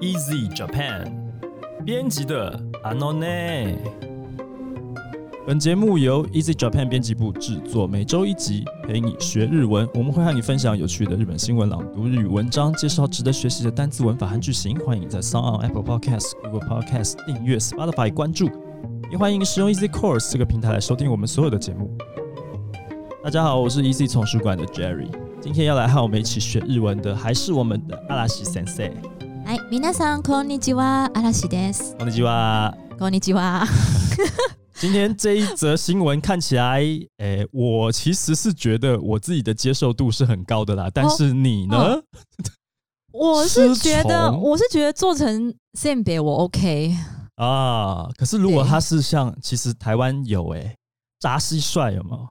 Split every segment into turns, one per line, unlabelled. Easy Japan 编辑的 a n o n 本节目由 Easy Japan 编辑部制作，每周一集，陪你学日文。我们会和你分享有趣的日本新闻、朗读日语文章，介绍值得学习的单字、文法和句型。欢迎在 s o n Apple Podcast、Google Podcast 订阅、Spotify 关注，也欢迎使用 Easy Course 这个平台来收听我们所有的节目。大家好，我是 Easy 丛书馆的 Jerry，今天要来和我们一起学日文的还是我们的阿拉西先生。
はい、皆さんこんにちは、嵐です。
こんにちは。
こんにちは。
啊今天这一则新闻看起来， 诶、我其实是觉得我自己的接受度是很高的啦，但是你呢？
哦我是
失
觉得，
宠
我是觉得做成せんべい我 OK。
啊，可是如果
对
他是像，其实台湾有诶、炸蟋蟀有没有？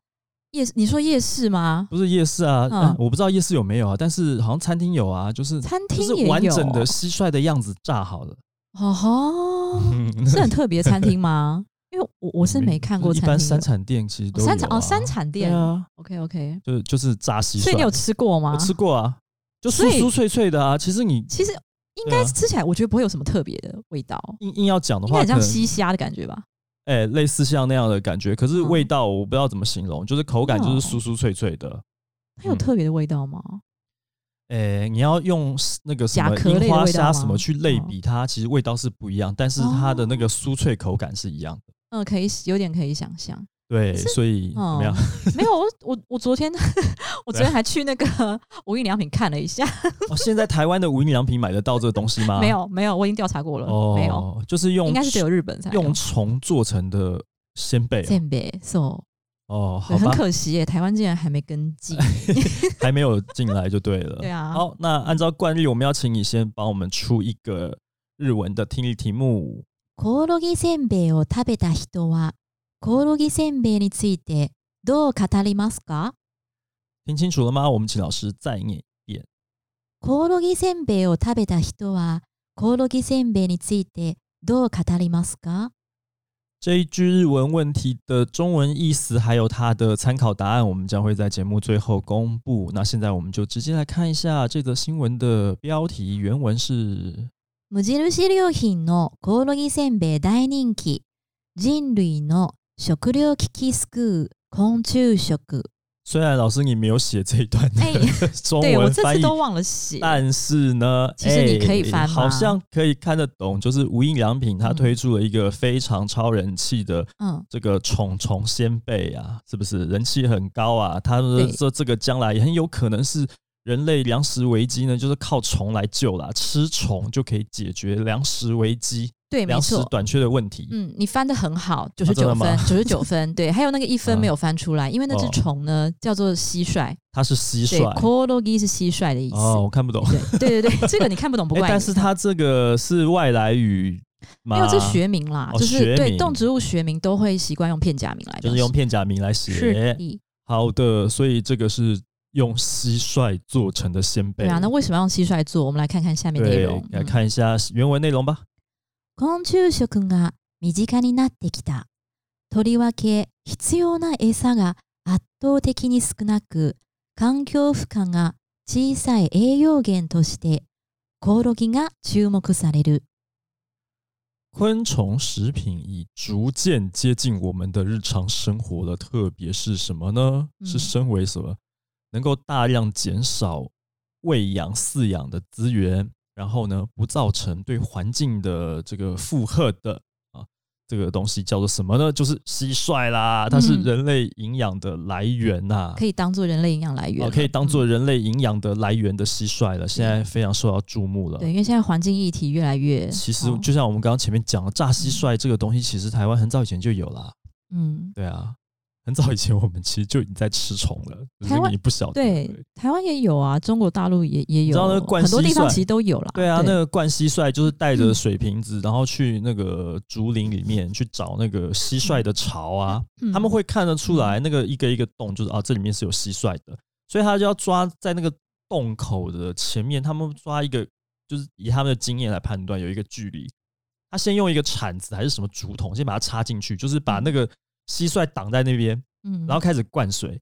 夜市，你说夜市吗？
不是夜市啊、
嗯
啊我不知道夜市有没有啊，但是好像餐厅有啊，就是
餐
就
厅也
是
有
完整的蟋蟀的样子炸好 了，
哦吼，是很特别的餐 厅吗？因为我我是没看过
一
餐
般
厅
三
的。
产店其实都有、啊
三产哦，三产店
对。啊，
OK OK。
就是就是炸蟋蟀，
所以你有吃过吗
我？吃过啊，就酥
所以
酥脆脆的啊，其实你
其实应
对
该
啊
吃起来，我觉得不会有什么特别的味道，
硬硬要讲的
应
话，
该很
可
像
能
西虾的感觉吧？
哎、类似像那样的感觉，可是
嗯哦
味道我不知道怎么形容，就是口感就是酥酥脆脆的。
它有
嗯
特别的味道吗？
哎、你要用那个什么
甲壳类的
樱花
味道
虾
吗哦
什么去类比它，其实味道是不一样，但是它的那个酥脆口感是一样的。
嗯，可以，有点可以想象。
对，
是
所以怎
哦
么样？
没有，我我我昨天 我昨天还去那个无印良品看了一下，
哦，现在台湾的无印良品买得到这个东西吗？
没。有没有，我已经调查过了，
哦，
没有，，
就是用
应该是只有日本才有
用。虫做成的鲜贝
鉴别，so
哦。哦，
对
好
很
吧，
可惜耶，台湾竟然还没跟 进。
还没有进来就对了。
对啊
好，那按照惯例，我们要请你先帮我们出一个日文的听力题目。
コオロギせんべいを食べた人はコオロギせんべいについてどう語りますか？
听清楚了吗？我们请老师再念一遍。
コオロギせんべいを食べた人はコオロギせんべいについてどう語りますか？
这一句日文问题的中文意思，还有它的参考答案，我们将会在节目最后公布。那现在我们就直接来看一下这则新闻的标题，原文是
無印良品のコオロギせんべい大人気人類の食糧危機救う昆虫食
虽然老师你没有写这一段的、
哎
中
对我
文
这
翻
次
译，
都忘了写，
但是呢，
其实你可以
哎
翻吗
好像可以看得懂。就是无印良品它
嗯
推出了一个非常超人气的
嗯，
这个虫虫鲜贝啊，是不是人气很高啊？他们
对
说这个将来也很有可能是人类粮食危机呢，就是靠虫来救啦，吃虫就可以解决粮食危机、
对，哎没
粮食
错，
短缺的问题。
嗯，你翻的很好，九
啊真
十
的
九
吗
分，九十九分，对，还有那个一分
啊
没有翻出来，因为那只
哦
虫呢叫做蟋蟀，
它是蟋
对
蟀
c o l o g i 是蟋蟀的意思，
哦，我看不懂。
对对对对，这个你看不懂不
哎
怪你，
但是它这个是外来语吗？
没有这是学名啦，
哦
就是
学
对
名
动植物学名都会习惯用片假名来表示，
就是用片假名来
是
写。
的
好的，所以这个是用蟋蟀做成的鲜贝。
对啊，那为什么要用蟋蟀做？我们来看看下面内
对
容，，
来
嗯
看一下原文内容吧。
昆虫食が身近になってきた。とりわけ必要な餌が圧倒的に少なく、環境負荷が小さい栄養源として、コオロギが注目される。
昆虫食品已逐渐接近我们的日常生活了，特别是什么呢？
嗯
是身为什么能够大量减少喂养饲养的资源，然后呢，不造成对环境的这个负荷的啊，这个东西叫做什么呢？就是蟋蟀啦，它是
嗯
人类营养的来源呐、
可以当做人类营养来源
哦，
了，
可以当做
嗯、
人类营养的来源的蟋蟀了，现在非常受到注目了。
对，因为现在环境议题越来越
其实
哦
就像我们刚刚前面讲的，炸蟋蟀这个东西，其实台湾很早以前就有啦。
嗯，
对啊，很早以前我们其实就已经在吃虫了，只
台
是
湾
你不晓得。
对，台湾也有啊，中国大陆也也
知道那
有
个，灌
很多
蟋
地方
蟀
其实都有啦。
对啊，那个灌蟋蟀就是带
嗯
着水瓶子，然后去那个竹林里面去找那个蟋蟀的巢啊，
嗯
他们会看得出来那个一个一个洞，就是啊，这里面是有蟋蟀的，所以他就要抓在那个洞口的前面，他们抓一个，就是以他们的经验来判断有一个距离。他先用一个铲子还是什么竹筒，先把它插进去，就是把那个蟋蟀挡在那边，
嗯，
然后开始灌水。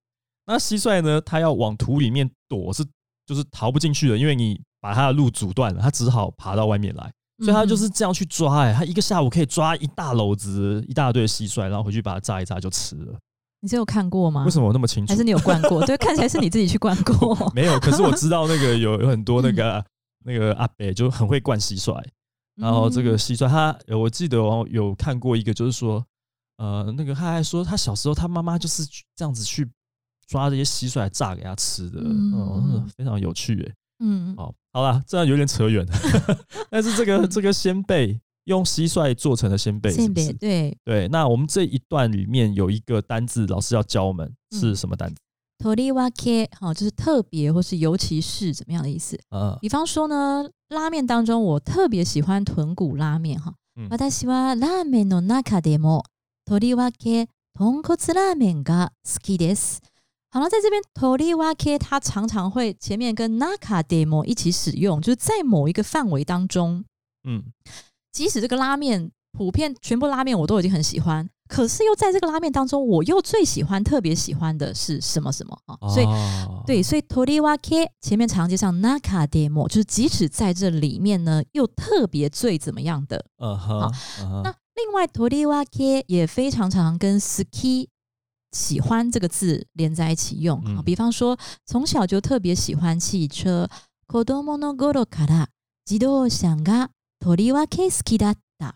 那蟋蟀呢，它要往土里面躲，是就是逃不进去的，因为你把它的路阻断了，它只好爬到外面来。所以
嗯
他就是这样去抓、哎，他一个下午可以抓一大篓子、一大堆蟋蟀，然后回去把它炸一炸就吃了。
你是有看过吗？
为什么我那么清楚
啊还？是你有灌 过？对，看起来是你自己去灌过。
没有，可是我知道那个有有很多那
嗯
个、啊那个阿伯就很会灌蟋蟀，然后
嗯
这个蟋蟀他，呃我记得我有看过一个，就是说，呃，那个他还说他小时候他妈妈就是去这样子去抓这些蟋蟀来炸给他吃的，
嗯
嗯，非常有趣耶。
嗯，嗯
好，好啦，这样有点扯 远了，但是这个这个鲜贝用蟋蟀做成的鲜贝，是
性
不
别
是？
对，
对，那我们这一段里面有一个单字，老师要教我们
嗯
是什么单字？
とりわけ好、就是特别或是尤其是怎么样的意思？
呃，
比方说呢，拉面当中我特别喜欢豚骨拉面哈。
嗯
私はラーメンの中でもとりわけ豚骨ラーメンが好きです。好了，在这边とりわけ它常常会前面跟 naka demo 一起使用，就是在某一个范围当中，
嗯，
即使这个拉面普遍全部拉面我都已经很喜欢，可是又在这个拉面当中，我又最喜欢特别喜欢的是什么什么啊？所以
哦
对，所以 t o r i w a k 前面常接上 naka demo，就是即使在这里面呢，又特别最怎么样的。
嗯哼，
好
嗯哼
那另外 t o r i w a k 也非常常跟 ski 喜欢这个字连在一起用。
嗯
好比方说，从小就特别喜欢汽车，子供の頃から自動車がとりわけ好きだった。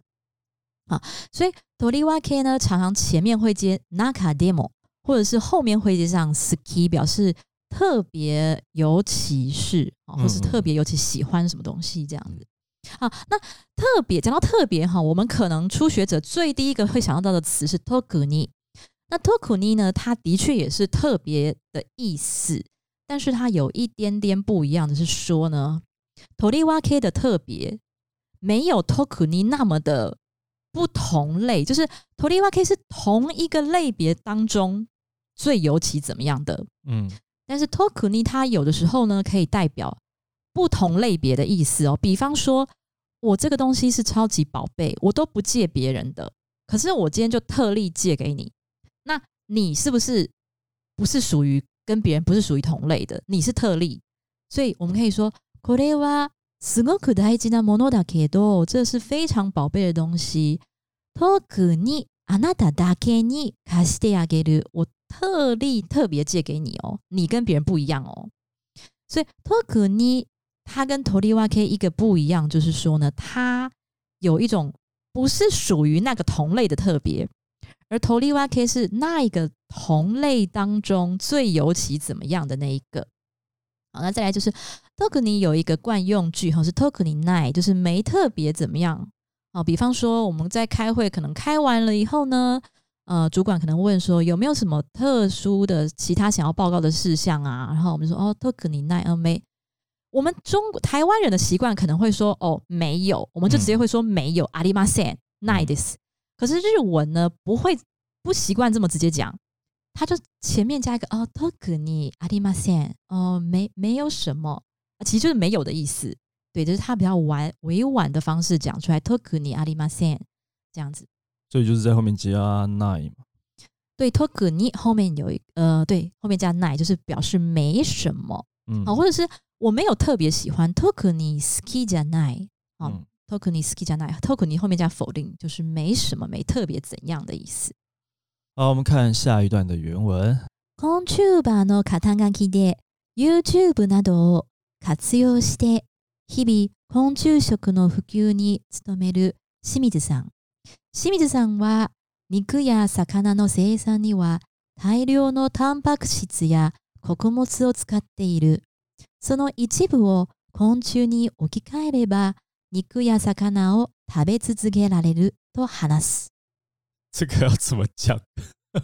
啊，所以とりわけ呢，常常前面会接 naka demo，或者是后面会接上 ski，表示特别尤其是，啊或是
嗯嗯
特别尤其喜欢什么东西这样子。好，那特别讲到特别哈，我们可能初学者最第一个会想到的词是 tokuni。那 tokuni 呢，它的确也是特别的意思，但是它有一点点不一样的是说呢，t o r i w a k 的特别没有 tokuni 那么的不同类，就是 t o r i w a k 是同一个类别当中最尤其怎么样的，
嗯
但是 tokuni 它有的时候呢可以代表不同类别的意思哦，比方说我这个东西是超级宝贝，我都不借别人的，可是我今天就特例借给你，那你是不是不是属于跟别人不是属于同类的？你是特例，所以我们可以说これはすごく大事なものだけど，这是非常宝贝的东西。特にあなただけに貸してあげる，我特例特别借给你哦，你跟别人不一样哦。所以特に它跟とりわけ一个不一样，就是说呢，它有一种不是属于那个同类的特别，而とりわけ是那一个同类当中最尤其怎么样的那一个。好，那再来就是特に有一个惯用句哈，是特にない，就是没特别怎么样。哦，比方说我们在开会，可能开完了以后呢，呃，主管可能问说有没有什么特殊的其他想要报告的事项啊？然后我们说哦，特にない，呃，没。我们中国台湾人的习惯可能会说哦没有，我们就直接会说没有阿里马せんないです。可是日文呢不会不习惯这么直接讲，他就前面加一个哦特にありません哦没没有什么，其实就是没有的意思。对，就是他比较婉委婉的方式讲出来特にありません这样子。
所以就是在后面加 nine 嘛。
对特に后面有一呃对后面加ない就是表示没什么。
嗯，
好，或者是我没有特别喜欢 tokuni ski 加奈，好
嗯
tokuni ski 加奈，tokuni 后面加否定，就是没什么，没特别怎样的意思。
好，我们看下一段的原文。
コンチューバーの肩書きで YouTube などを活用して日々昆虫食の普及に努める清水さん。清水さんは肉や魚の生産には大量のタンパク質や穀物を使っている。その一部を昆虫に置き換えれば肉や魚を食べ続けられると話す。
这个要怎么讲？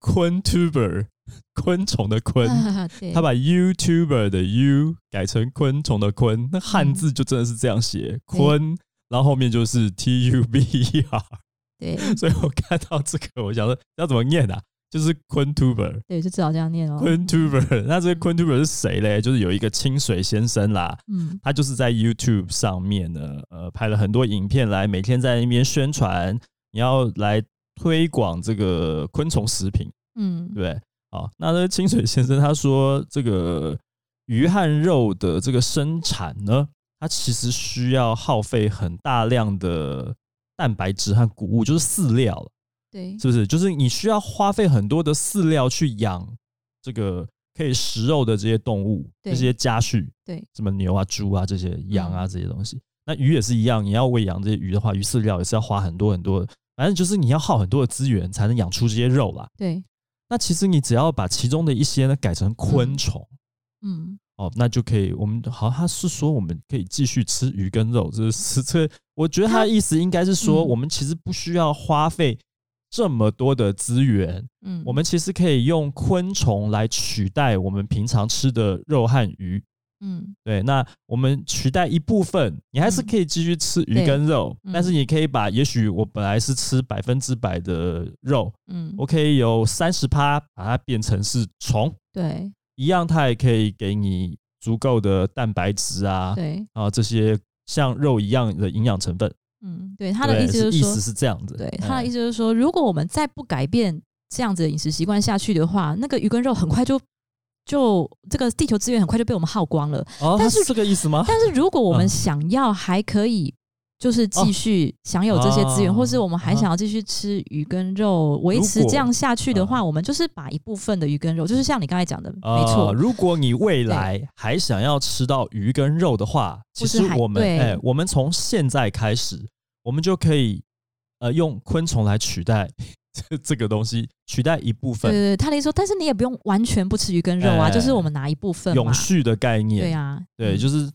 昆 tuber，昆虫的昆，
嗯
他把 YouTuber 的 U 改成昆虫的昆，那汉
嗯
字就真的是这样写昆，然后后面就是 T U B E R。
对
所以我看到这个，我想说要怎么念啊？就是昆 tuber。
对，就只好这样念哦。
昆 tuber，那这个昆 tuber 是谁嘞？就是有一个清水先生啦，
嗯
他就是在 YouTube 上面呢，呃，拍了很多影片来，每天在那边宣传，你要来推广这个昆虫食品，
嗯
对不对？好，那这个清水先生他说，这个鱼和肉的这个生产呢，它其实需要耗费很大量的蛋白质和谷物，就是饲料了，
对
是不是？就是你需要花费很多的饲料去养这个可以食肉的这些动物，
对
这些家畜，
对，嗯
什么牛啊、猪啊这些、羊啊这些东西。那鱼也是一样，你要喂养这些鱼的话，鱼饲料也是要花很多很多，反正就是你要耗很多的资源才能养出这些肉啦。
对，
那其实你只要把其中的一些呢改成昆虫、
嗯，
哦，那就可以。我们好，他是说我们可以继续吃鱼跟肉，这是 这。我觉得他的意思应该是说，
嗯
我们其实不需要花费这么多的资源，
嗯，
我们其实可以用昆虫来取代我们平常吃的肉和鱼。
嗯
对，那我们取代一部分，你还是
嗯
可以继续吃鱼
对
跟肉，
嗯
但是你可以把，也许我本来是吃百分之百的肉，
嗯，
我可以有三十趴把它变成是虫，
对
一样它也可以给你足够的蛋白质啊
对，
啊这些像肉一样的营养成分。
嗯对，他的
对
意思就是是
意
说
思，是哎这样子，
对他的意
思
思就是说，如果我们再不改变这样子的饮食习惯下去的话，那个鱼跟肉很快就就这个地球资源很快就被我们耗 光了。
哦，
但
他
是
是这个意思吗？
但是如果我们
嗯
想要还可以。就是继续享有这些资源，
哦
或是我们还
啊哈
想要继续吃鱼跟肉，维持
如果
这样下去的话，
嗯
我们就是把一部分的鱼跟肉，就是像你刚才讲的，
啊
没错，
如果你未来还想要吃到鱼跟肉的话，其
或是
实
海
我们
对
哎、我们从现在开始，我们就可以呃用昆虫来取代 这这个东西，取代一部
对
分
对对，他的意思说，但是你也不用完全不吃鱼跟肉啊，
哎
就是我们拿一部分嘛
永，续的概念。
对啊，
对，
嗯
就是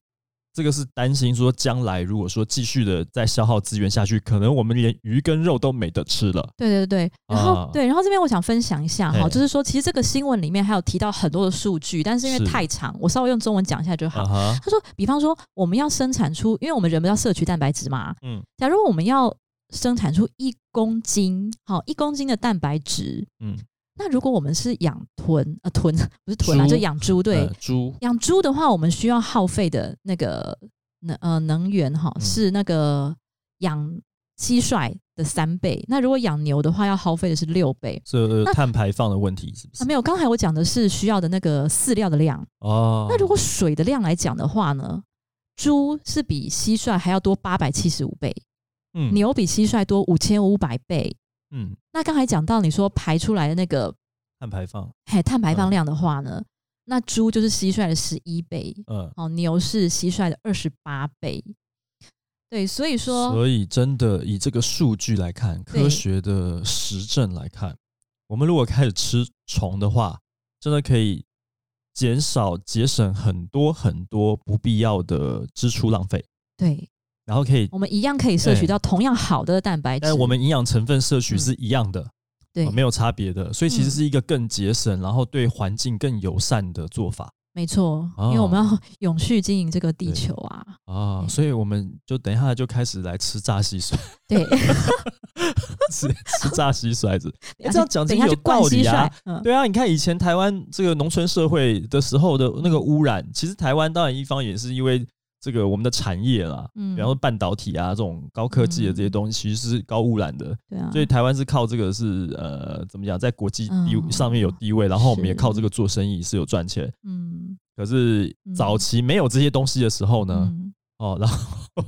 这个是担心说将来如果说继续的再消耗资源下去，可能我们连鱼跟肉都没得吃了。
对对对，然后、
啊哎
对，然后这边我想分享一下哈，
嘿
就是说，其实这个新闻里面还有提到很多的数据，但是因为
是
太长，我稍微用中文讲一下就好。
啊哈，
他说，比方说，我们要生产出，因为我们人不要摄取蛋白质嘛，
嗯
假如我们要生产出一公斤，好，一公斤的蛋白质，
嗯，
那如果我们是养豚，呃，豚 不是豚啊，
猪
就养猪，对，
呃猪
养猪的话，我们需要耗费的那个能呃能源哈，
嗯
是那个养蟋蟀的三倍。那如果养牛的话，要耗费的是六倍。
是呃
那
碳排放的问题是不
啊，
是？
没有，刚才我讲的是需要的那个饲料的量。
哦，
那如果水的量来讲的话呢，猪是比蟋蟀还要多八百七十五倍，
嗯
牛比蟋蟀多五千五百倍。
嗯
那刚才讲到你说排出来的那个
碳排放，
嘿碳排放
嗯
量的话呢，那猪就是蟋蟀的十一倍，
嗯。
哦，牛是蟋蟀的二十八倍。对，所以说，
所以真的以这个数据来看，
对
科学的实证来看，我们如果开始吃虫的话，真的可以减少节省很多很多不必要的支出浪费，
对
然后可以，
我们一样可以摄取
哎
到同样好的蛋白质。
但我们营养成分摄取是一样的，
对
哦没有差别的，所以其实是一个更节省，然后对环境更友善的做法
没错，因为
哦
我们要 永续经营这个地
对
球啊。
啊。
嗯
所以我们就等一下就开始来吃炸蟋蟀，
对，
吃 吃炸蟋蟀子。
而
哎这样
且
讲
等
真
一下
有
去灌
道理
蟋
啊
蟀。嗯，
对啊，你看以前台湾这个农村社会的时候的那个污染，其实台湾当然一方也是因为这个我们的产业啦，
嗯
比方说半导体啊这种高科技的这些东西，其实是高污染的。
对啊，
所以台湾是靠这个是呃怎么讲，在国际地位
嗯
上面有地位，然后我们
是
也靠这个做生意是有赚钱。
嗯
可是早期没有这些东西的时候呢，
嗯，
哦，然后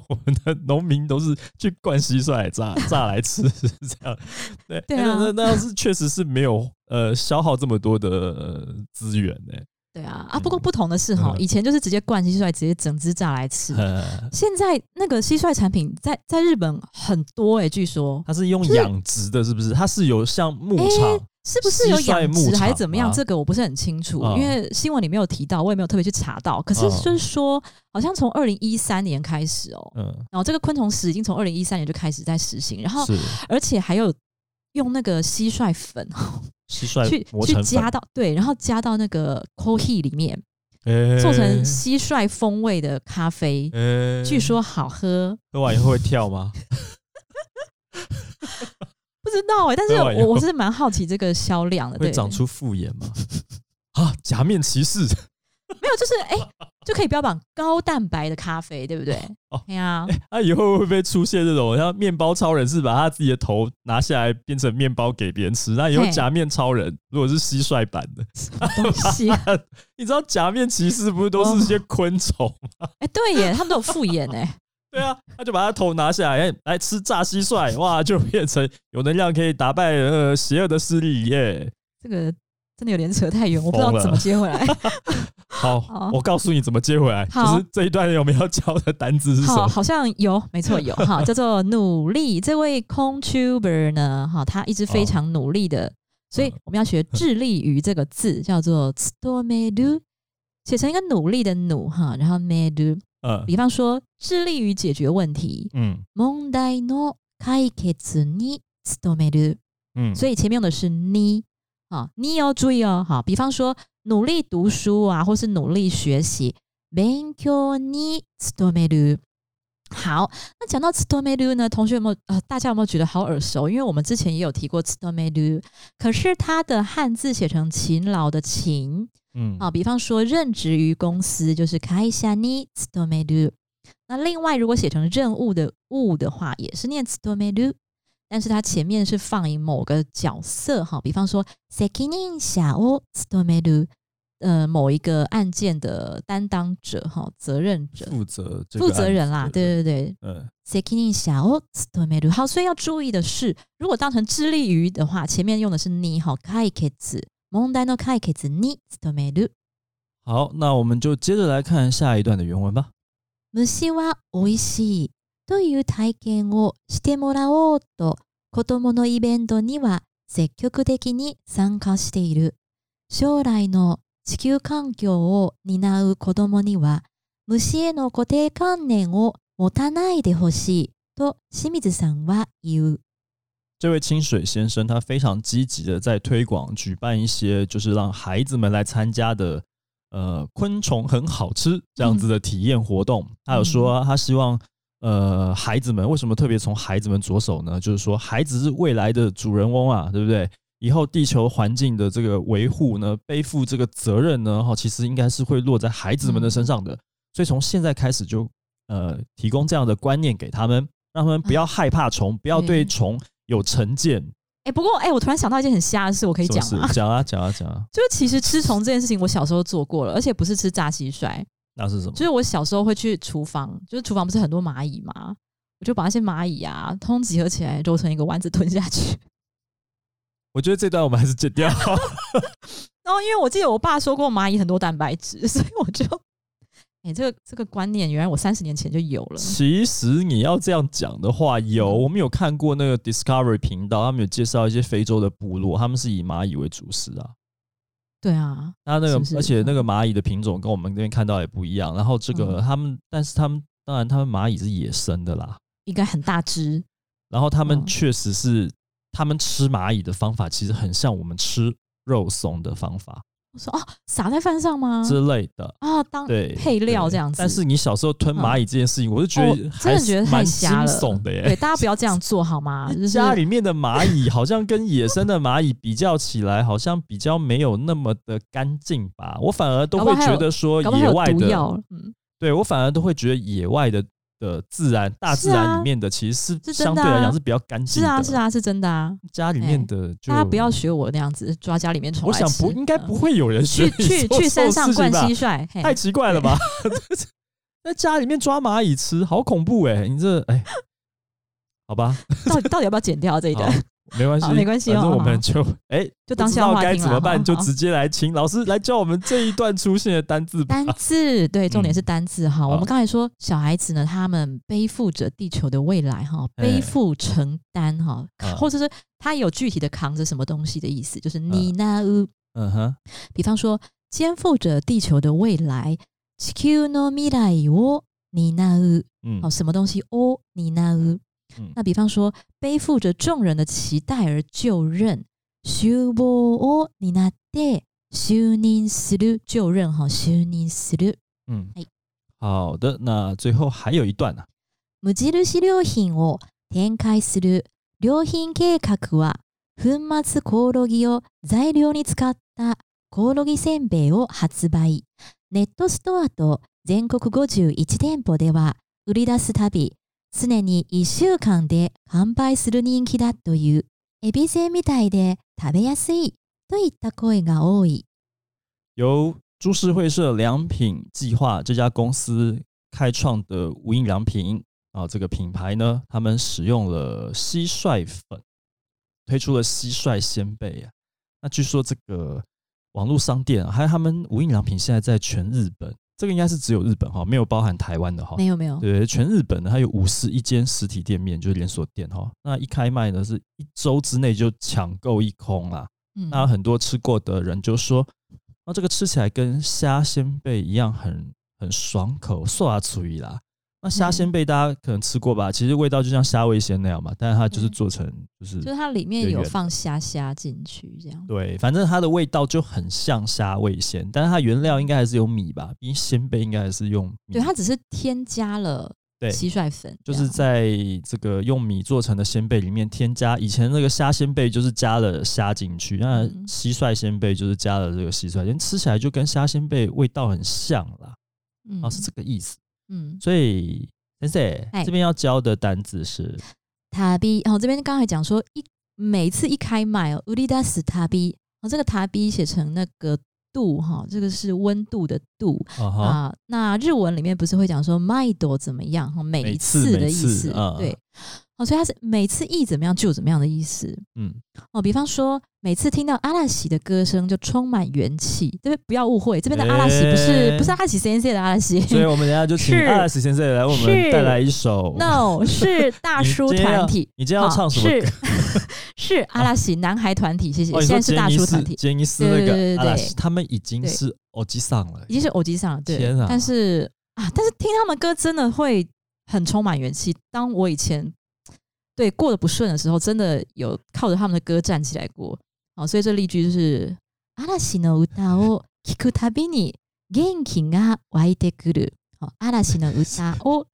我们的农民都是去灌蟋蟀来炸炸来吃，是这样。对，哎
对啊
那那那要是确实是没有呃消耗这么多的呃资源呢、
对啊啊。不过
嗯
不同的是哈，
嗯
以前就是直接灌蟋蟀，直接整只炸来吃。
呃，
现在那个蟋蟀产品在在日本很多哎、据说
它是用
就是
养殖的，是不是？它是有像牧
哎
场，
是不是有
蟋蟀
养
牧
殖
场
还是怎么样？
吗
这个我不是很清楚，
嗯
因为新闻里面有提到，我也没有特别去查到。可是
嗯
就是说，好像从二零一三年开始哦，
嗯，
然后这个昆虫食已经从二零一三年就开始在实行，然后
是
而且还有用那个蟋蟀粉
蟋蟀
去
磨
去
成
加到对，然后加到那个 coffee 里面，
粉，
做成
哎
蟋蟀风味的咖啡，
哎
据说好喝。
喝完以后会跳 吗？
不知道哎、但是
喝完以后
我我是蛮好奇这个销量的，
会
对，
长出复眼吗？啊，假面骑士，
没有，就是哎、就可以标榜高蛋白的咖啡，对不对？
哦
哎呀，
那以后会不会出现这种像面包超人是把他自己的头拿下来变成面包给别人吃？那以后
嘿
假面超人如果是蟋蟀版的，
什么东西啊？
你知道假面骑士不是都是些昆虫？
哎，对耶，他们都有复眼哎，
对啊，他就把他头拿下来，哎来吃炸蟋蟀，哇，就变成有能量可以打败呃邪恶的势力耶。
这个真的有点扯太远，我不知道
疯了
怎么接 回来。
好，
好
我告诉你怎么接回来，
哦好
就是这一段我们要教的单字是什
好，
么？
好像有，没错有哈，叫做努力。这位空 tuber 呢，哈，他一直非常努力
嗯
的，所以我们要学致力于这个字，叫做 s t o m e d u 写成一个努力的努哈，然后 medu，
嗯
比方说致力于解决问题，
嗯
問題の解決に努める。
嗯，
所以前面用的是你啊，你要注意哦。好，比方说努力读书啊，或是努力学习，勉強に努める。好，那讲到 “stomedu” 呢，同学有没有呃，大家有没有觉得好耳熟？因为我们之前也有提过 “stomedu”，可是它的汉字写成“勤劳”的“勤”，
嗯
啊，比方说任职于公司就是开下你 s t o m e d u 那另外如果写成任务的务的话，也是念 s t o m e d u 但是它前面是放以某个角色哈，比方说 sekinin 下哦 s t o m e d u 呃，某一个案件的担当者哈，责任者、
负责这个
负责人啦，
案子
对对对，
嗯
sekinin 下哦 s t o m e d u 好，所以要注意的是，如果当成致力于的话，前面用的是你哈 k a i k e z 問題の解決に努める。
好，那我们就接着来看下一段的原文吧。
虫はおいしいという体験をしてもらおうと子供のイベントには積極的に参加している将来の地球環境を担う子供には虫への固定観念を持たないでほしいと清水さんは言う
这位清水先生他非常积极的在推广举办一些就是让孩子们来参加的，呃，昆虫很好吃这样子的体验活动。他有说啊他希望呃孩子们为什么特别从孩子们着手呢？就是说孩子是未来的主人翁啊，对不对？以后地球环境的这个维护呢，背负这个责任呢，哈，其实应该是会落在孩子们的身上的。所以从现在开始就呃提供这样的观念给他们，让他们不要害怕虫，不要对
嗯对
虫有成见。
哎、不过哎、我突然想到一件很瞎的事，我可以
什么
讲
事
吗？
讲啊讲啊讲啊，
就是其实吃虫这件事情，我小时候做过了，而且不是吃炸蟋蟀，
那是什么
就？是我小时候会去厨房，就是厨房不是很多蚂蚁嘛，我就把那些蚂蚁啊，通通集合起来揉成一个丸子吞下去。
我觉得这段我们还是剪掉。
然后因为我记得我爸说过蚂蚁很多蛋白质， 所以我就，哎、这个这个观念原来我三十年前就有 了。
其实你要这样讲的话，有
嗯
我们有看过那个 Discovery 频道，他们有介绍一些非洲的部落，他们是以蚂蚁为主食啊。
对啊，
那那个，
是不是
而且那个蚂蚁的品种跟我们这边看到也不一样。然后这个
嗯
他们，但是他们当然他们蚂蚁是野生的啦。
应该很大只。
然后他们
嗯
确实是，他们吃蚂蚁的方法其实很像我们吃肉松的方法
我说哦，撒在饭上吗？
之类的。
啊，当
对，
嗯配料
对
这样子
但是你小时候吞蚂蚁这件事情，我就觉
哦
得
真
还
的觉
是
得太
蛮惊
瞎了，
悚的
对，
耶。
大家不要这样做好 吗？就是
家里面的蚂蚁好像跟野生的蚂蚁比较起来，好像比较没有那么的干净吧。我反而都
搞
会
不好还有
觉得说
搞不好
野
有
外
毒
的，
药，嗯，
对我反而都会觉得野外的的自然大自
是
然
啊
里面的其实是
是
相
真
对
的啊
来讲是比较干净
是
的。
啊，是，啊，是真的啊。
家里面的就
大家不要学我那样子抓家里面虫
我
来吃。
想不应该
嗯
不会有人学
去
你
去
做
去山
这种
上
事情
灌
吧
蟋蟀，嘿
太奇怪了 吧？ 在家里面抓蚂蚁吃，好恐怖哎、你这哎、好吧，
到底到底要不要剪掉这一
好
段？，
没 关系，
好没关系哦
反正我们
好
就哎、
就当
不知
笑
道
话
该
听
怎么
啦
办，
好
就
好
直接来请老师来教我们这一段出现的单字吧
单。字，对，重点
嗯
是单字哈。我
好
们刚才说小孩子呢，他们背负着地球的未来哈，
哎
背负承担哈
啊，
或者是他有具体的扛着什么东西的意思，就是你那乌，
嗯哼，
比方说肩负着地球的未来，地球の未来を你那乌，
嗯
哦，什么东西哦，你那乌
嗯。
那比方说，背负着众人的期待而就任，修波哦，你那得修尼斯鲁就任哈，修尼斯鲁。
嗯
はい，
好的，那最后还有一段啊呢、
無印良品を展開する良品計画は粉末コオロギを材料に使ったコオロギせんべいを発売ネットストアと全国51店舗では売り出すたび常に1週間で完売する人気だというエビせみたいで食べやすいといった声が多い
由株式会社良品计划这家公司开创的无印良品啊，这个品牌呢，他们使用了蟋蟀粉，推出了蟋蟀鲜贝啊。那据说这个网络商店、啊、还有他们无印良品现在在全日本，这个应该是只有日本哈，没有包含台湾的哈。
没有没有，
对，全日本呢，它有五十一间实体店面，就是连锁店哈。那一开卖呢，是一周之内就抢购一空啊啦。
嗯
那很多吃过的人就说，啊，这个吃起来跟虾鲜贝一样很，很爽口，受啊厨艺啦。那
嗯
虾鲜贝大家可能吃过吧，其实味道就像虾味鲜那样嘛，但是它就是
嗯
做成就是
就是它里面
圆
有
圆的
放虾虾进去这样。
对，反正它的味道就很像虾味鲜，但是它原料应该还是有米吧，因为鲜贝应该还是用米。
对，它只是添加了
嗯对
蟋蟀粉这
就
样，
是在这个用米做成的鲜贝里面添加，以前那个虾鲜贝就是加了虾进去，那
嗯
蟋蟀鲜贝就是加了这个蟋蟀，吃起来就跟虾鲜贝味道很像啦，
嗯
啊是这个意思。
嗯，
所以先生
哎
这边要教的单字是
旅哦，这边刚才讲说一每次一开卖哦，売り出す旅哦，这个旅写成那个度哈、这个是温度的度
啊
啊、
哈
那日文里面不是会讲说毎度怎么样哈、每
每
一
次
次的
每
意
次
思，
啊
对，哦，所以它是每次一怎么样就怎么样的意思
嗯
哦。比方说，每次听到阿拉喜的歌声就充满元气，对不对？不要误会，这边的阿拉喜不是、
哎
不是阿拉喜先生的阿拉喜，
所以我们等一下就请
是
阿拉斯先生来为我们
是
带来一首
no 是大
你
叔
今天要
团体。
你今天要
好
唱什么歌？
是是阿拉喜男孩团体，谢谢。
哦，你说
现在是
杰
大
尼
叔
斯
团体，
杰尼斯
对
那
对对
个
对
阿拉
对
斯，他们已经
对
是偶机上了
已。经是偶机上了，对
天啊。
但是啊，但是听他们歌真的会很充满元气。当我以前对过得不顺的时候，真的有靠着他们的歌站起来过。好，所以这例句就是阿拉喜の歌を聞くたびに元気が湧いてくる。好，阿拉喜の歌 を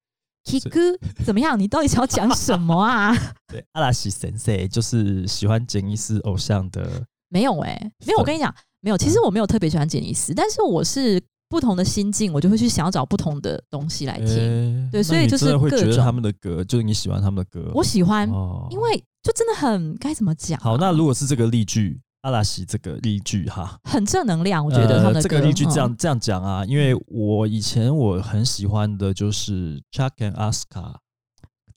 聞く怎么样？你到底想要讲什么啊？
对，阿拉西神社就是喜欢杰尼斯偶像的，
没有哎、没有。我跟你讲，没有。
嗯
其实我没有特别喜欢杰尼斯，但是我是不同的心境，我就会去想要找不同的东西来听。
诶
对所
那
以
你
就是
真的会
各
觉得
种
他们的歌，就是你喜欢他们的歌。
我喜欢，
哦
因为就真的很该怎么讲啊、
好，那如果是这个例句，阿拉西这个例句哈，
很正能量，我觉得他们
呃、
的歌、
这个例句这样、
嗯
这样讲啊，因为我以前我很喜欢的就是 Chuck and Asuka，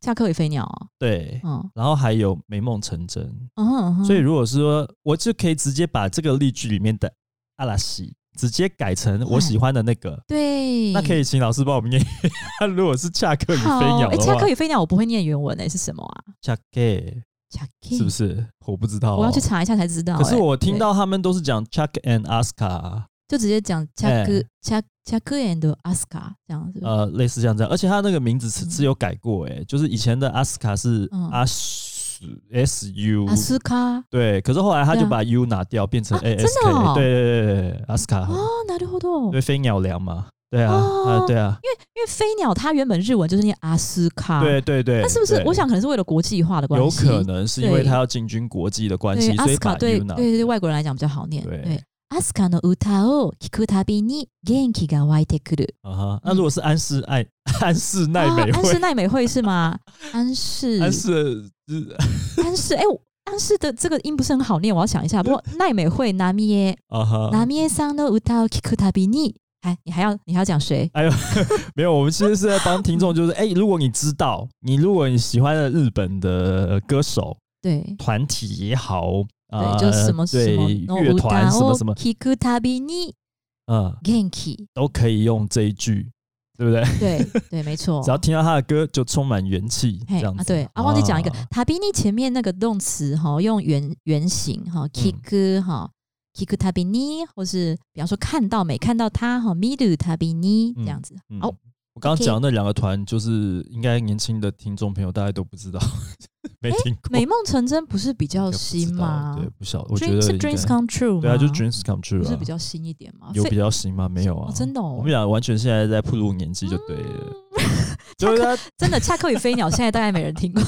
下课与飞鸟哦、
对，
嗯
然后还有美梦成真，
嗯哼嗯哼，
所以如果说我就可以直接把这个例句里面的阿拉西直接改成我喜欢的那个。
对，
那可以请老师帮我们念。 如果是恰克与飞
好。
鸟的
诶
话，
下课与飞鸟我不会念原文诶、是什么啊？
恰克
恰克
是不？是？我不知道哦、
我要去查一哎下才知道、
可是
诶
我听
对
到他们都是讲 Chuck and Aska，
就直接讲恰克
诶
恰恰克 and 阿斯卡这样子。
哎呃，类似像这样，而且他那个名字是
嗯
是有改过、欸，就是以前的 Aska 是
嗯
As S U，
阿斯卡
对，可是后来他
对
就
啊
把 U 拿掉，变成
啊
A
真
S K，、
的哦
对对对对对，Aska，、
哦，なるほど。
对飞鸟粮嘛，对啊，
哦
啊对啊，
因为飞鸟它原本日文就是念阿斯卡，
对对对，
那是不是
对？
我想可能是为了国际化的关
有
系，
可能是因
对
为他要进军国际的关
对
系，
阿
所以
斯卡
把
对
U 拿
对对外国人来讲比较好念。
对
对，アスカの歌を聞くたびに元気が湧いてくる。
啊哈，那如果是安室爱 安室奈美
嗯啊安室
惠，
奈美惠是吗？安室
安室是
安室哎，我安室的这个音不是很好念，我要想一下。不过奈美惠ナミエ
啊哈
ナ，ミエさんの歌を聞くたびに，哎，你还要你还要讲谁？
哎呦，没有，我们其实是在帮听众， 就是哎，如果你知道，你如果你喜欢的日本的呃歌手
对。
团体也好，啊，
对，就是什么什
对
么
乐团什
哦
么什么，
聞くたびに
嗯，
元気，
都可以用这一句，对不对？
对 对，没错。
只要听到他的歌，就充满元气，这
嘿
样子。
啊，对啊，忘记讲一个
啊，
塔比尼前面那个动词哈，用原原形哈，kick
嗯
哈，kick 塔比尼，或是比方说看到没看到他哈，miru 塔比尼这
嗯
样子。
嗯
好，
我刚刚
OK
讲的那两个团，就是应该年轻的听众朋友大概都不知道， 没听过。
美梦成真不是比
应
较
该不
新
知道
吗
对，不晓得。我觉得
？Dream 是
应该
Dreams Come True 吗？
对啊，就是 dreams come true
不是
啊
比，较新一点吗？
有
非
比较新吗？没有啊
哦，真的哦，嗯
我们俩完全现在在步入年纪就对了， 就是啊
真的，恰克与飞鸟现在大概没人听过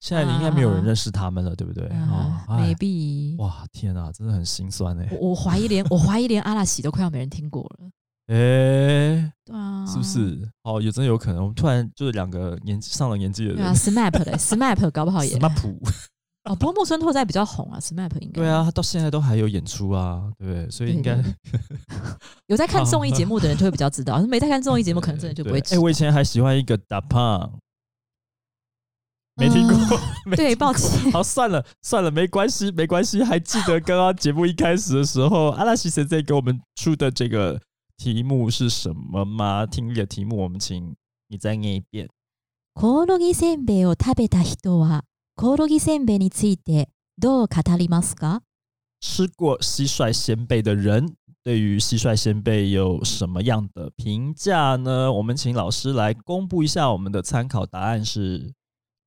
现在应该没有人认识他们了，对不 对？哦
啊，
哎
，maybe。
哇，天啊，真的很心酸哎。
我我怀疑连我怀疑连阿拉喜都快要没人听过了，
哎、欸，
对啊，
是不？是？哦，也真有可能。我们突然就是两个年纪上了年纪的
对
人
啊，SMAP 的 SMAP 搞不好也
SMAP
哦，不过木村拓哉比较红啊，SMAP 应该
对，啊，他到现在都还有演出啊，对不对？所以应该
对有在看综艺节目的人就会比较知道，没在看综艺节目可能真的就不
对
会知
哎、
道。
我以前还喜欢一个打胖，没听过， 没
嗯对，
听过
抱 歉，
好，算了算了，没关系没关系。还记得刚刚节目一开始的时候， 阿拉西先生给我们出的这个题目是什么吗？听力的题目，我们请你再念一遍。
コオロギせんべいを食べた人は、コオロギせんべいについてどう語りますか
吃过蟋蟀鲜贝的人，对于蟋蟀鲜贝有什么样的评价呢？我们请老师来公布一下我们的参考答案是。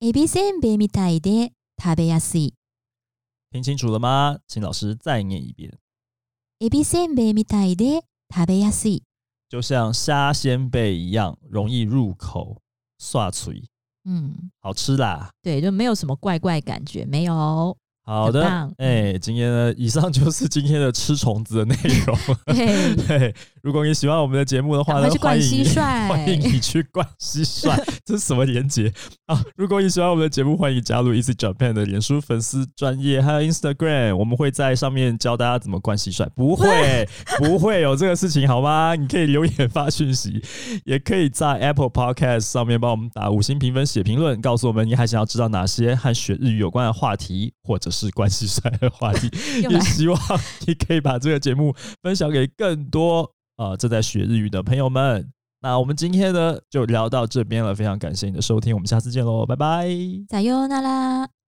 エビせんべいみたいで食べやすい。
听清楚了吗？请老师再念一遍。
エビせんべいみたいで食べやすい。
就像虾鲜贝一样，容易入口，刷嘴，
嗯，
好吃啦。
对，就没有什么怪怪感觉，没有。
好的
很棒，嗯
哎、今天呢，以上就是今天的吃虫子的内容。
对，
对，如果你喜欢我们的节目的话呢
赶快，去
欢
灌
迎
蟋
你欢迎
蟀。
你去灌蟋蟀，这是什么连接啊？如果你喜欢我们的节目，欢迎加入 Easy Japan 的脸书粉丝专业，还有 Instagram，我们会在上面教大家怎么灌蟋蟀。不会，不会有这个事情，好吗？你可以留言发讯息，也可以在 Apple Podcast 上面帮我们打五星评分、写评论，告诉我们你还想要知道哪些和学日语有关的话题，或者是关系帅的话题。
又
也
来
希望你可以把这个节目分享给更多呃正在学日语的朋友们。那我们今天呢就聊到这边了，非常感谢你的收听，我们下次见喽，拜拜。
さようなら。